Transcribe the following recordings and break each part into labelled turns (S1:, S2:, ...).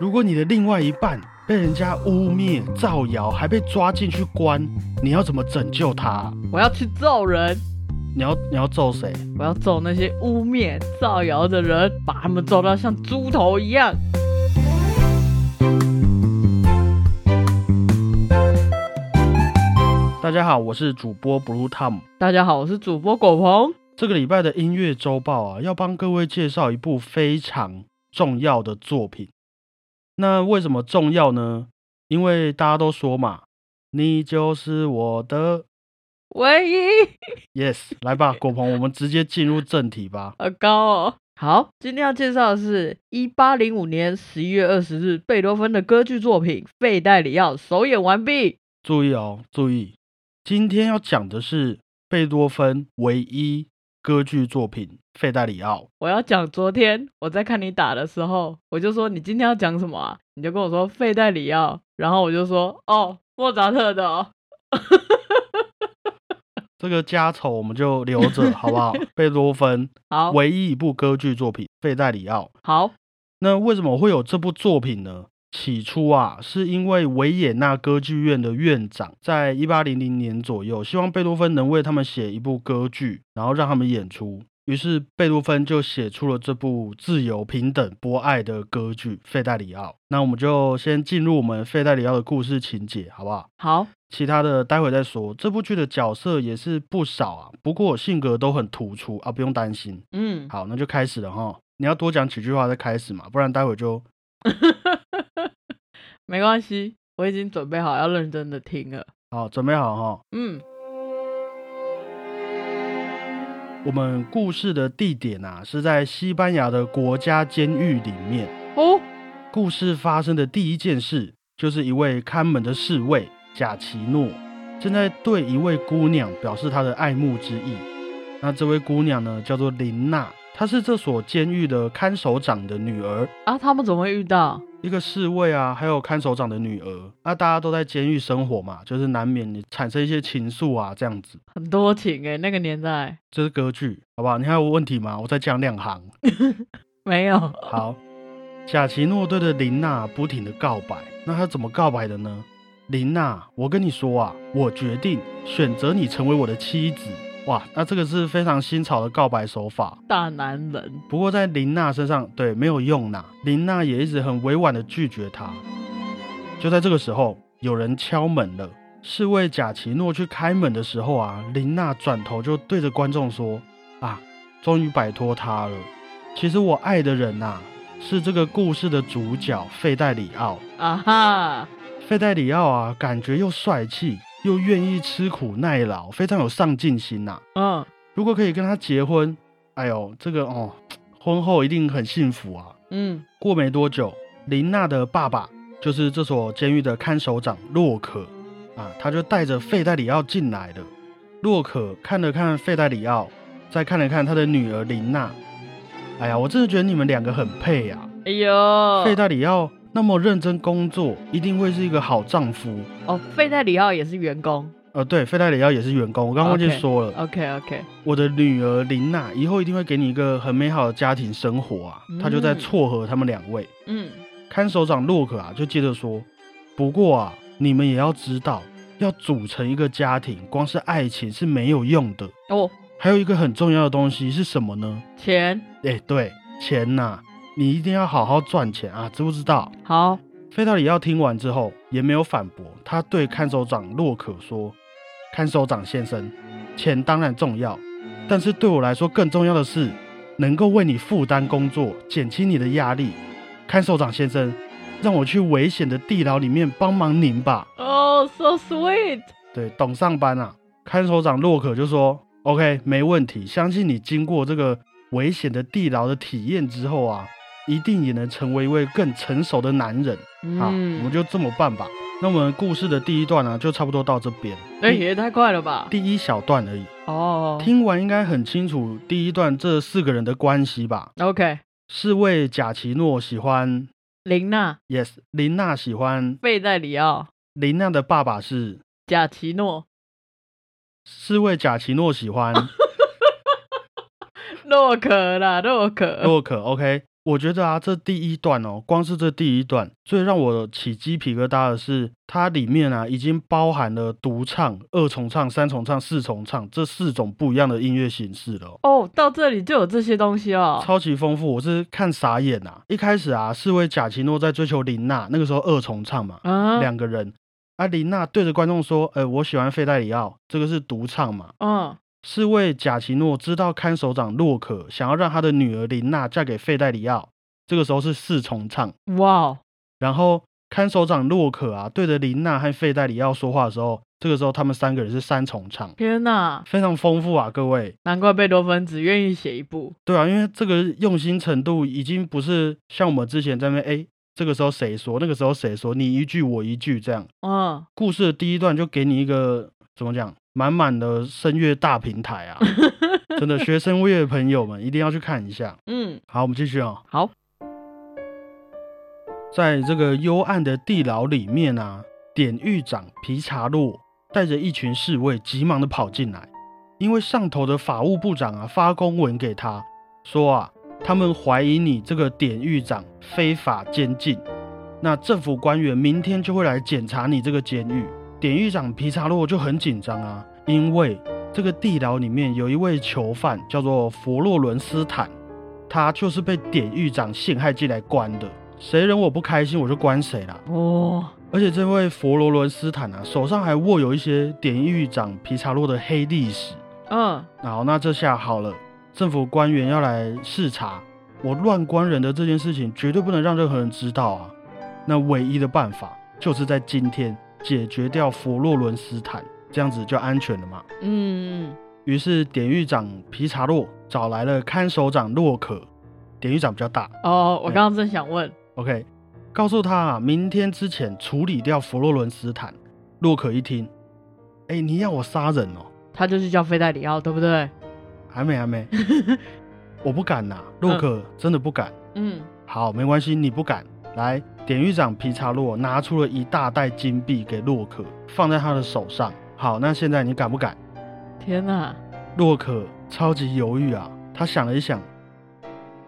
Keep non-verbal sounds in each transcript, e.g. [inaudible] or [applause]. S1: 如果你的另外一半被人家污蔑、造谣，还被抓进去关，你要怎么拯救他？
S2: 我要去揍人，
S1: 你要你要揍谁？
S2: 我要揍那些污蔑、造谣的人，把他们揍到像猪头一样。
S1: 大家好，我是主播 Blue Tom。
S2: 大家好，我是主播果鹏。
S1: 这个礼拜的音乐周报啊，要帮各位介绍一部非常重要的作品。那为什么重要呢？因为大家都说嘛，你就是我的
S2: 唯一，
S1: yes。来吧，果鹏，我们直接进入正题吧。
S2: [laughs] 好高哦。好，今天要介绍的是一八零五年十一月二十日贝多芬的歌剧作品《费代里奥》首演完毕。
S1: 注意哦，注意，今天要讲的是贝多芬唯一歌剧作品《费代里奥》。
S2: 我要讲昨天我在看你打的时候，我就说你今天要讲什么啊？你就跟我说费代里奥，然后我就说哦，莫扎特的哦。
S1: 这个家丑我们就留着，好不好？贝多芬
S2: 好
S1: 唯一一部歌剧作品《费代里奥》。
S2: 好，
S1: 那为什么会有这部作品呢？起初啊，是因为维也纳歌剧院的院长在一八零零年左右，希望贝多芬能为他们写一部歌剧，然后让他们演出。于是贝多芬就写出了这部自由、平等、博爱的歌剧《费代里奥》。那我们就先进入我们费代里奥的故事情节，好不好？
S2: 好，
S1: 其他的待会再说。这部剧的角色也是不少啊，不过性格都很突出啊，不用担心。
S2: 嗯，
S1: 好，那就开始了哈。你要多讲几句话再开始嘛，不然待会就
S2: [laughs] 没关系，我已经准备好要认真的听了。
S1: 好，准备好哈。
S2: 嗯，
S1: 我们故事的地点啊是在西班牙的国家监狱里面。
S2: 哦，
S1: 故事发生的第一件事就是一位看门的侍卫贾奇诺正在对一位姑娘表示他的爱慕之意。那这位姑娘呢叫做琳娜，她是这所监狱的看守长的女儿。
S2: 啊，他们怎么会遇到？
S1: 一个侍卫啊，还有看守长的女儿，那大家都在监狱生活嘛，就是难免你产生一些情愫啊，这样子。
S2: 很多情哎、那个年代
S1: 这是歌剧，好不好？你还有问题吗？我再讲两行。
S2: 没有。
S1: 好，贾奇诺对着琳娜不停的告白，那他怎么告白的呢？琳娜，我跟你说啊，我决定选择你成为我的妻子。哇，那这个是非常新潮的告白手法。
S2: 大男人，
S1: 不过在琳娜身上，对，没有用呐。琳娜也一直很委婉的拒绝他。就在这个时候，有人敲门了。侍卫贾奇诺去开门的时候啊，琳娜转头就对着观众说：“啊，终于摆脱他了。其实我爱的人呐、是这个故事的主角费代里奥。
S2: 啊哈，
S1: 费代里奥啊，感觉又帅气，又愿意吃苦耐劳，非常有上进心呐、
S2: 嗯
S1: 如果可以跟他结婚，哎呦，这个哦，婚后一定很幸福啊。
S2: 嗯，
S1: 过没多久，琳娜的爸爸就是这所监狱的看守长洛可啊，他就带着费代里奥进来了。洛可看了看费代里奥，再看了看他的女儿琳娜，哎呀，我真的觉得你们两个很配呀、
S2: 哎呦，
S1: 费代里奥那么认真工作，一定会是一个好丈夫。
S2: 哦，费代里奥也是员工。
S1: 呃，对，费代里奥也是员工，我刚忘记
S2: OK
S1: 说了。
S2: OK OK，
S1: 我的女儿琳娜以后一定会给你一个很美好的家庭生活啊！
S2: 嗯
S1: 他就在撮合他们两位。
S2: 嗯，
S1: 看守长洛克啊，就接着说：“不过啊，你们也要知道，要组成一个家庭，光是爱情是没有用的。
S2: 哦，
S1: 还有一个很重要的东西是什么呢？
S2: 钱
S1: 哎，对，钱呐、你一定要好好赚钱啊，知不知道？”
S2: 好，
S1: 费道里奥听完之后也没有反驳，他对看守长洛可说：“看守长先生，钱当然重要，但是对我来说更重要的是能够为你负担工作，减轻你的压力。看守长先生，让我去危险的地牢里面帮忙您吧。
S2: 哦，so sweet，”
S1: 对，懂上班啊。看守长洛可就说：“OK，没问题，相信你经过这个危险的地牢的体验之后啊，一定也能成为一位更成熟的男人。”好，我们
S2: 嗯，
S1: 就这么办吧。那我们故事的第一段呢、就差不多到这边。
S2: 那哎也太快了吧？
S1: 第一小段而已，
S2: 哦
S1: 听完应该很清楚第一段这四个人的关系吧？
S2: ，OK，
S1: 是为贾奇诺喜欢
S2: 琳娜、
S1: ，yes，琳娜喜欢，
S2: 费代里奥、
S1: 琳娜的爸爸是
S2: 贾奇诺、
S1: 是为贾奇
S2: [laughs]
S1: 诺喜欢
S2: 洛可啦，洛可，
S1: 洛可，OK，我觉得啊，这第一段哦，光是这第一段，最让我起鸡皮疙瘩的是，它里面啊已经包含了独唱、二重唱、三重唱、四重唱这四种不一样的音乐形式了哦、
S2: 哦，到这里就有这些东西哦。
S1: 超级丰富，我是看傻眼啊！一开始啊，是为贾奇诺在追求林娜，那个时候二重唱嘛，
S2: 啊，
S1: 两个人。啊，林娜对着观众说：“呃，我喜欢费代里奥，这个是独唱嘛。
S2: 嗯，”
S1: 是为贾奇诺知道看守长洛可想要让他的女儿林娜嫁给费代里奥，这个时候是四重唱。
S2: 哇哦，
S1: 然后看守长洛可啊，对着林娜和费代里奥说话的时候，这个时候他们三个人是三重唱，
S2: 天哪，
S1: 非常丰富啊，各位。
S2: 难怪贝多芬只愿意写一部。
S1: 对啊，因为这个用心程度已经不是像我们之前在那边，哎，这个时候谁说，那个时候谁说，你一句我一句这样。
S2: 嗯，
S1: 故事的第一段就给你一个怎么讲，满满的声乐大平台啊！真的，学生乐的朋友们一定要去看一下。
S2: 嗯，
S1: 好，我们继续哦。
S2: 好，
S1: 在这个幽暗的地牢里面啊，典狱长皮查洛带着一群侍卫急忙的跑进来，因为上头的法务部长啊发公文给他说啊，他们怀疑你这个典狱长非法监禁，那政府官员明天就会来检查你这个监狱。典狱长皮查洛就很紧张啊，因为这个地牢里面有一位囚犯叫做佛洛伦斯坦，他就是被典狱长陷害进来关的。谁惹我不开心，我就关谁啦。
S2: 哦，
S1: 而且这位佛罗伦斯坦啊，手上还握有一些典狱长皮查洛的黑历史。
S2: 嗯，
S1: 好，那这下好了，政府官员要来视察，我乱关人的这件事情绝对不能让任何人知道啊。那唯一的办法就是在今天解决掉佛罗伦斯坦，这样子就安全了嘛。
S2: 嗯，
S1: 于是典狱长皮查洛找来了看守长洛可，典狱长比较大，
S2: 哦，我
S1: 哎
S2: 刚刚正想问，
S1: OK，告诉他啊，明天之前处理掉佛罗伦斯坦。洛可一听，哎、你要我杀人哦？
S2: 他就是叫费代里奥，对不对？
S1: 还没，还没，我不敢呐、洛可真的不敢。
S2: 嗯，
S1: 好，没关系，你不敢。来，典狱长皮查洛拿出了一大袋金币给洛可，放在他的手上。好，那现在你敢不敢？
S2: 天哪，
S1: 洛可超级犹豫啊，他想了一想，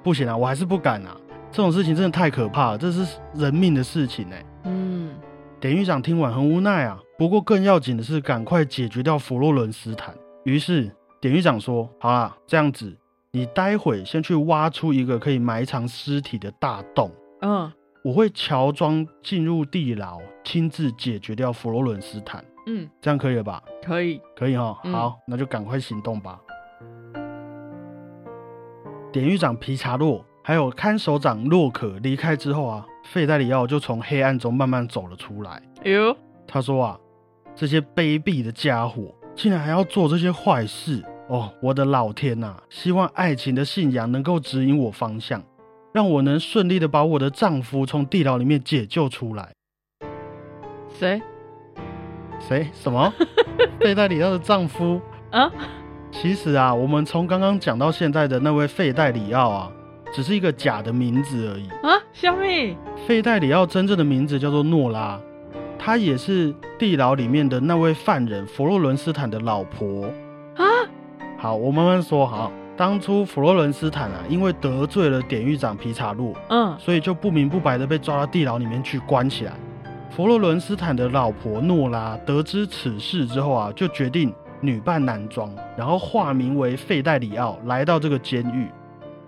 S1: 不行啊，我还是不敢啊。这种事情真的太可怕了，这是人命的事情哎、
S2: 嗯，
S1: 典狱长听完很无奈啊，不过更要紧的是赶快解决掉佛洛伦斯坦。于是典狱长说：“好啦，这样子，你待会先去挖出一个可以埋藏尸体的大洞，
S2: 嗯，
S1: 我会乔装进入地牢，亲自解决掉佛洛伦斯坦，
S2: 嗯，
S1: 这样可以了吧？
S2: 可以，
S1: 可以哈，
S2: 嗯
S1: 好，那就赶快行动吧。典狱长皮查洛还有看守长洛可离开之后啊，费代里奥就从黑暗中慢慢走了出来。
S2: 哎呦，
S1: 他说啊，这些卑鄙的家伙竟然还要做这些坏事哦！我的老天呐、希望爱情的信仰能够指引我方向，让我能顺利的把我的丈夫从地牢里面解救出来。
S2: 谁
S1: 谁？什么？费代里奥的丈夫？
S2: 啊？
S1: 其实啊，我们从刚刚讲到现在的那位费代里奥啊，只是一个假的名字而已。
S2: 啊，小米，
S1: 费代里奥真正的名字叫做诺拉，她也是地牢里面的那位犯人佛洛伦斯坦的老婆。
S2: 啊，
S1: 好，我慢慢说哈。当初佛洛伦斯坦啊，因为得罪了典狱长皮查洛，
S2: 嗯，
S1: 所以就不明不白的被抓到地牢里面去关起来。佛洛伦斯坦的老婆诺拉得知此事之后啊，就决定女扮男装，然后化名为费代里奥来到这个监狱，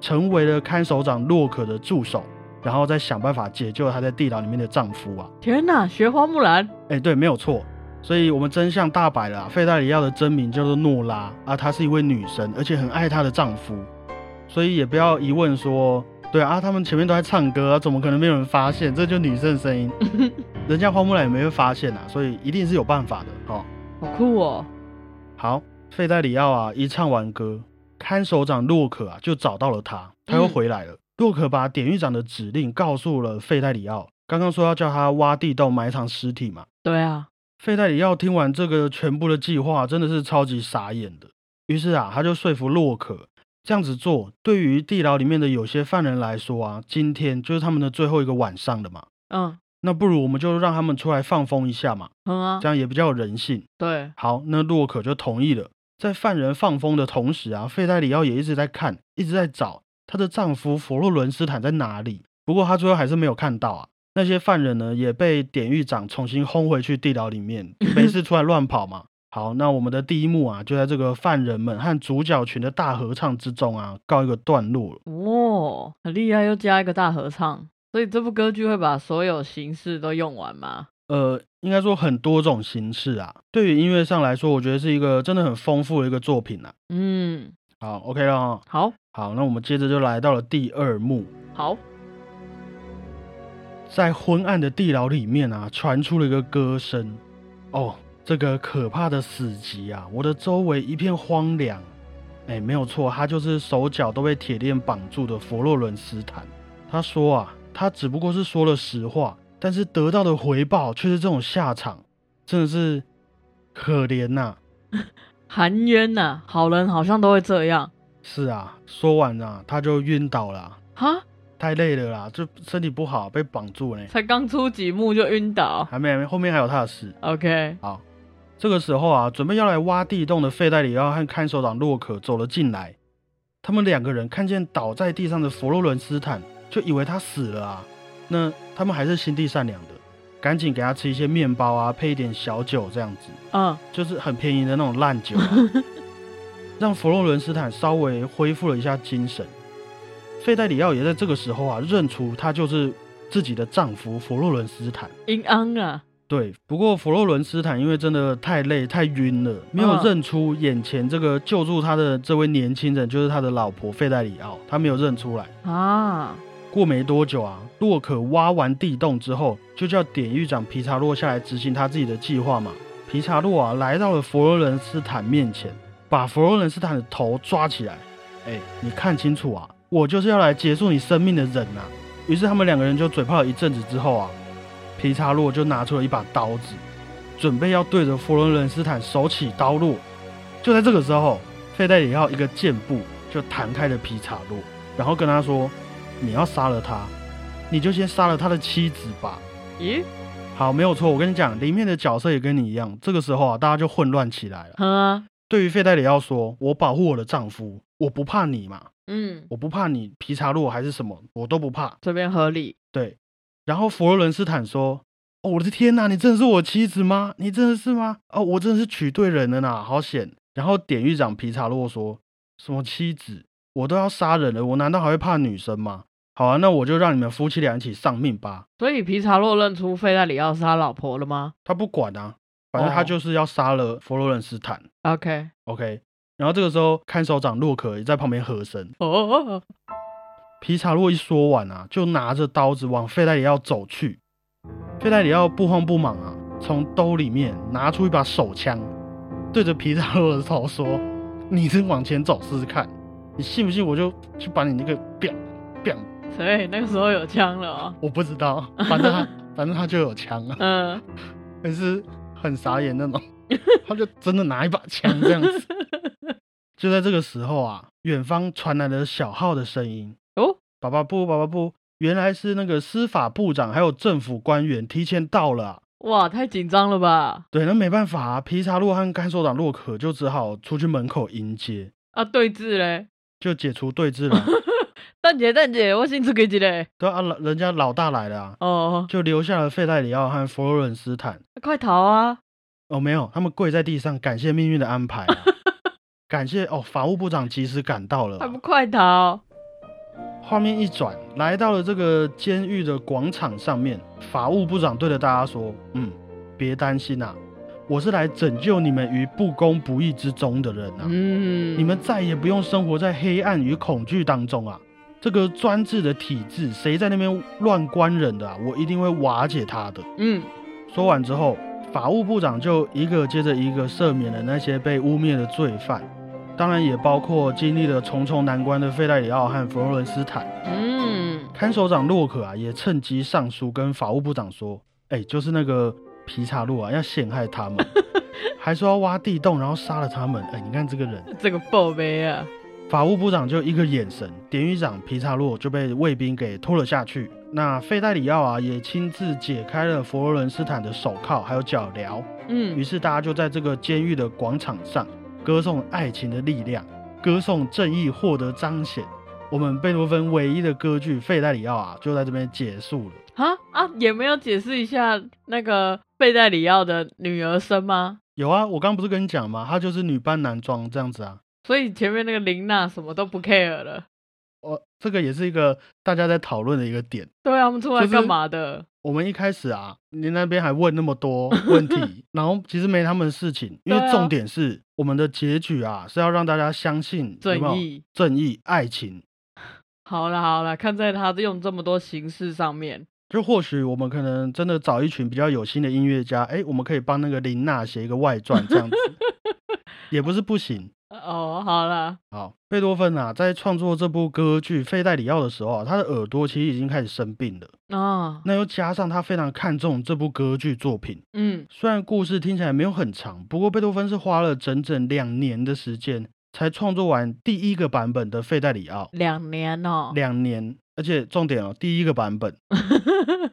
S1: 成为了看守长洛可的助手，然后再想办法解救她在地牢里面的丈夫啊。
S2: 天哪，学花木兰，
S1: 哎，对，没有错。所以我们真相大白了啊、费代里奥的真名叫做诺拉啊，她是一位女神，而且很爱她的丈夫，所以也不要疑问说，对啊，他们前面都在唱歌、啊，怎么可能没有人发现？这就女生的声音，人家花木兰也没有发现啊，所以一定是有办法的哦。
S2: 好酷哦，
S1: 好，费代里奥啊，一唱完歌，看守长洛可啊就找到了他，他又回来了。洛可把典狱长的指令告诉了费代里奥，刚刚说要叫他挖地洞埋藏尸体嘛，
S2: 对啊，
S1: 费代里奥听完这个全部的计划，真的是超级傻眼的。于是啊，他就说服洛可这样子做，对于地牢里面的有些犯人来说啊，今天就是他们的最后一个晚上了嘛。
S2: 嗯，
S1: 那不如我们就让他们出来放风一下嘛，
S2: 嗯啊
S1: 这，样也比较有人性。
S2: 对，
S1: 好，那洛可就同意了。在犯人放风的同时啊，费代里奥也一直在看，一直在找她的丈夫佛洛伦斯坦在哪里。不过她最后还是没有看到啊。那些犯人呢，也被典狱长重新轰回去地牢里面，没事出来乱跑嘛。好，那我们的第一幕啊，就在这个犯人们和主角群的大合唱之中啊，告一个段落了。
S2: 哇，哦很厉害，又加一个大合唱，所以这部歌剧会把所有形式都用完吗？
S1: 呃，应该说很多种形式啊。对于音乐上来说，我觉得是一个真的很丰富的一个作品啊。
S2: 嗯，
S1: 好，OK 了啊哈。
S2: 好，
S1: 好，那我们接着就来到了第二幕，
S2: 好，
S1: 在昏暗的地牢里面啊，传出了一个歌声。哦，这个可怕的死寂啊，我的周围一片荒凉。哎，没有错，他就是手脚都被铁链绑住的佛洛伦斯坦。他说啊，他只不过是说了实话，但是得到的回报却是这种下场，真的是可怜呐、
S2: 含冤呐、好人好像都会这样
S1: 是啊，说完啊，他就晕倒了啊，
S2: 哈，
S1: 太累了啦，就身体不好，被绑住了呢。
S2: 才刚出几幕就晕倒。
S1: 还没，还没，后面还有他的事。
S2: OK，
S1: 这个时候啊，准备要来挖地洞的费代里奥和看守长洛可走了进来。他们两个人看见倒在地上的佛洛伦斯坦，就以为他死了啊。那他们还是心地善良的，赶紧给他吃一些面包啊，配一点小酒，这样子
S2: 嗯，
S1: 就是很便宜的那种烂酒、啊，让佛洛伦斯坦稍微恢复了一下精神。费代里奥也在这个时候啊，认出他就是自己的丈夫佛洛伦斯坦。
S2: 阴安啊，
S1: 对，不过佛洛伦斯坦因为真的太累太晕了，没有
S2: 嗯
S1: 认出眼前这个救助他的这位年轻人就是他的老婆费代里奥，他没有认出来。
S2: 啊，
S1: 过没多久啊，洛可挖完地洞之后，就叫典狱长皮查洛下来执行他自己的计划嘛。皮查洛啊，来到了佛罗伦斯坦面前，把佛罗伦斯坦的头抓起来。哎，你看清楚啊，我就是要来结束你生命的人呐、于是他们两个人就嘴炮了一阵子之后啊，皮查洛就拿出了一把刀子，准备要对着佛罗伦斯坦手起刀落。就在这个时候，费代里奥一个箭步就弹开了皮查洛，然后跟他说：“你要杀了他，你就先杀了他的妻子吧。
S2: 咦，”
S1: 好，没有错，我跟你讲，里面的角色也跟你一样。这个时候啊，大家就混乱起来了。
S2: 哼啊，
S1: 对于费代里奥说：“我保护我的丈夫，我不怕你嘛，
S2: 嗯，
S1: 我不怕你皮查洛还是什么，我都不怕。”
S2: 这边合理，
S1: 对，然后佛罗伦斯坦说：“哦，我的天呐，你真的是我妻子吗？你真的是吗？哦，我真的是娶对人了呐，好险！”然后典狱长皮查洛说：“什么妻子？我都要杀人了，我难道还会怕女生吗？好啊，那我就让你们夫妻俩一起丧命吧。
S2: 所以皮查洛认出费代里奥是他老婆了吗”
S1: 他不管啊，反正他
S2: 哦
S1: 就是要杀了佛罗伦斯坦。
S2: ？OK，
S1: OK，然后这个时候看守长洛可也在旁边和声。
S2: 哦哦，哦
S1: 皮查洛一说完啊，就拿着刀子往费代里奥走去。费代里奥不慌不忙啊，从兜里面拿出一把手枪，对着皮查洛的头说：“你是往前走试试看，你信不信我就去把你那个 biang biang，
S2: 所以那个时候有枪了哦。
S1: 我不知道，反正他反正他就有枪啊，
S2: 嗯，
S1: 还是很傻眼那种，他就真的拿一把枪这样子。就在这个时候啊，远方传来了小号的声音，
S2: 哦，
S1: 爸爸不，爸爸不，原来是那个司法部长还有政府官员提前到了啊、
S2: 哇，太紧张了吧？
S1: 对，那没办法、啊，皮查洛和看守长洛可就只好出去门口迎接，
S2: 啊，对峙嘞，
S1: 就解除对峙了啊。
S2: 蛋姐蛋姐，我先出给一嘞。
S1: 对啊，人家老大来了、啊，
S2: 哦，
S1: 就留下了费代里奥和佛罗伦斯坦。
S2: 快逃啊！
S1: 哦，没有，他们跪在地上，感谢命运的安排啊、感谢哦，法务部长及时赶到了啊、
S2: 还不快
S1: 哦
S2: 逃？
S1: 画面一转，来到了这个监狱的广场上面，法务部长对着大家说：“嗯，别担心啊，我是来拯救你们于不公不义之中的人啊，
S2: 嗯，
S1: 你们再也不用生活在黑暗与恐惧当中啊。这个专制的体制，谁在那边乱关人的啊，我一定会瓦解他的。”
S2: 嗯，
S1: 说完之后，法务部长就一个接着一个赦免了那些被污蔑的罪犯，当然也包括经历了重重难关的费代里奥和佛罗伦斯坦。
S2: 嗯，
S1: 看守长洛可啊，也趁机上书跟法务部长说，哎、就是那个皮查洛啊，要陷害他们，还说要挖地洞，然后杀了他们。哎、你看这个人，
S2: 这个宝贝啊，
S1: 法务部长就一个眼神，典狱长皮查洛就被卫兵给拖了下去。那费代里奥啊，也亲自解开了佛罗伦斯坦的手铐还有脚镣，于
S2: 嗯，
S1: 是大家就在这个监狱的广场上歌颂爱情的力量，歌颂正义获得彰显，我们贝多芬唯一的歌剧《费代里奥》啊，就在这边结束了。
S2: 啊啊，也没有解释一下那个贝代里奥的女儿身吗？
S1: 有啊，我刚不是跟你讲吗？他就是女扮男装这样子啊。
S2: 所以前面那个琳娜什么都不 care 了。
S1: 哦，这个也是一个大家在讨论的一个点。
S2: 对啊，他们出来
S1: 就是
S2: 干嘛的？
S1: 我们一开始啊，你那边还问那么多 [laughs] 问题，然后其实没他们的事情，因
S2: 对
S1: 为
S2: 啊
S1: 重点是、我们的结局啊是要让大家相信有没有
S2: 正义、
S1: 正义、爱情。
S2: 好啦好啦，看在他用这么多形式上面，
S1: 就或许我们可能真的找一群比较有心的音乐家，哎，我们可以帮那个林娜写一个外传这样子，也不是不行。
S2: 哦，好啦，
S1: 好，贝多芬啊，在创作这部歌剧《费代里奥》的时候啊，他的耳朵其实已经开始生病了。
S2: 啊，
S1: 那又加上他非常看重这部歌剧作品，
S2: 嗯，
S1: 虽然故事听起来没有很长，不过贝多芬是花了整整两年的时间才创作完第一个版本的《费代里奥》，
S2: 两年哦，
S1: 两年，而且重点哦，第一个版
S2: [laughs]
S1: 本，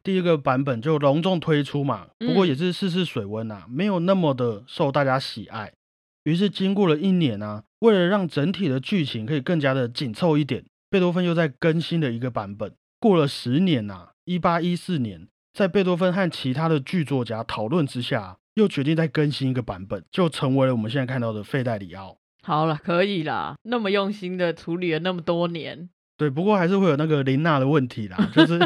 S1: 第一个版本就隆重推出嘛，不过
S2: 嗯
S1: 也是试试水温啊，没有那么的受大家喜爱。于是经过了一年啊，为了让整体的剧情可以更加的紧凑一点，贝多芬又在更新了一个版本。过了十年啊，一八一四年，在贝多芬和其他的剧作家讨论之下啊，又决定再更新一个版本，就成为了我们现在看到的《费代里奥》。
S2: 好了，可以啦，那么用心的处理了那么多年，
S1: 对，不过还是会有那个琳娜的问题啦，就是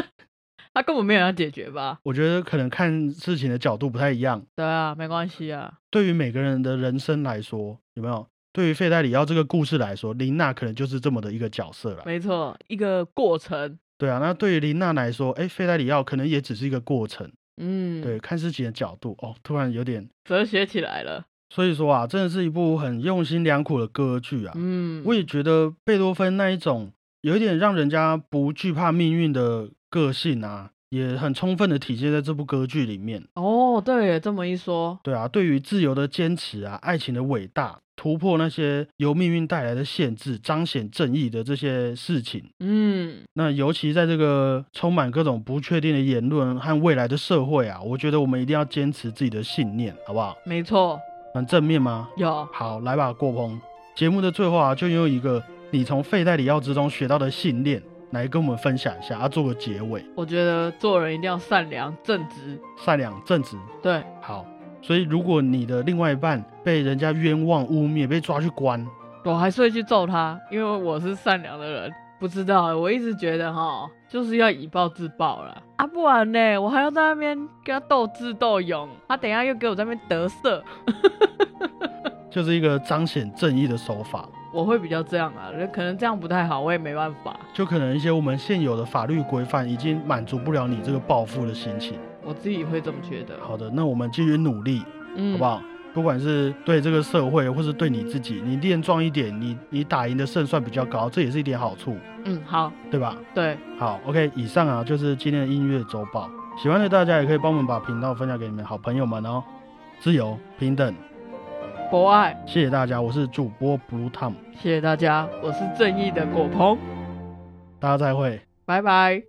S2: 他根本没有要解决吧？
S1: 我觉得可能看事情的角度不太一样。
S2: 对啊，没关系啊，
S1: 对于每个人的人生来说，有没有？对于费代里奥这个故事来说，琳娜可能就是这么的一个角色了。
S2: 没错，一个过程，
S1: 对啊，那对于琳娜来说，哎，费代里奥可能也只是一个过程。
S2: 嗯，
S1: 对，，看事情的角度哦，突然有点。
S2: 哲学起来了，
S1: 所以说啊，真的是一部很用心良苦的歌剧啊。
S2: 嗯，
S1: 我也觉得贝多芬那一种有一点让人家不惧怕命运的个性啊，也很充分的体现在这部歌剧里面。
S2: 哦，对耶，这么一说，
S1: 对啊，对于自由的坚持啊，爱情的伟大，突破那些由命运带来的限制，彰显正义的这些事情。
S2: 嗯，
S1: 那尤其在这个充满各种不确定的言论和未来的社会啊，我觉得我们一定要坚持自己的信念，好不好？
S2: 没错，
S1: 很正面吗？
S2: 有，
S1: 好，来吧，过鹏。节目的最后啊，就用一个你从费代里奥之中学到的信念来跟我们分享一下，啊，做个结尾，
S2: 我觉得做人一定要善良正直，
S1: 善良正直，
S2: 对，
S1: 好。所以，如果你的另外一半被人家冤枉污蔑，被抓去关，
S2: 我还是会去揍他，因为我是善良的人。不知道欸，我一直觉得哈，就是要以暴制暴啦。啊，不然呢，我还要在那边跟他斗智斗勇，他等一下又给我在那边得瑟，
S1: 就是一个彰显正义的手法，
S2: 我会比较这样啊，可能这样不太好，我也没办法，
S1: 就可能一些我们现有的法律规范已经满足不了你这个报复的心情。
S2: 我自己会这么觉得，
S1: 好的，那我们继续努力，
S2: 嗯，
S1: 好不？好？不管是对这个社会，或是对你自己，你练壮一点，你你打赢的胜算比较高，这也是一点好处，
S2: 嗯，好，
S1: 对吧？
S2: 对，
S1: 好，OK，以上啊就是今天的音乐周报。喜欢的大家也可以帮我们把频道分享给你们好朋友们哦。自由平等，
S2: 博爱，
S1: 谢谢大家，我是主播 Blue Tom，
S2: 谢谢大家，我是正义的果鹏，
S1: 大家再会。
S2: 拜拜。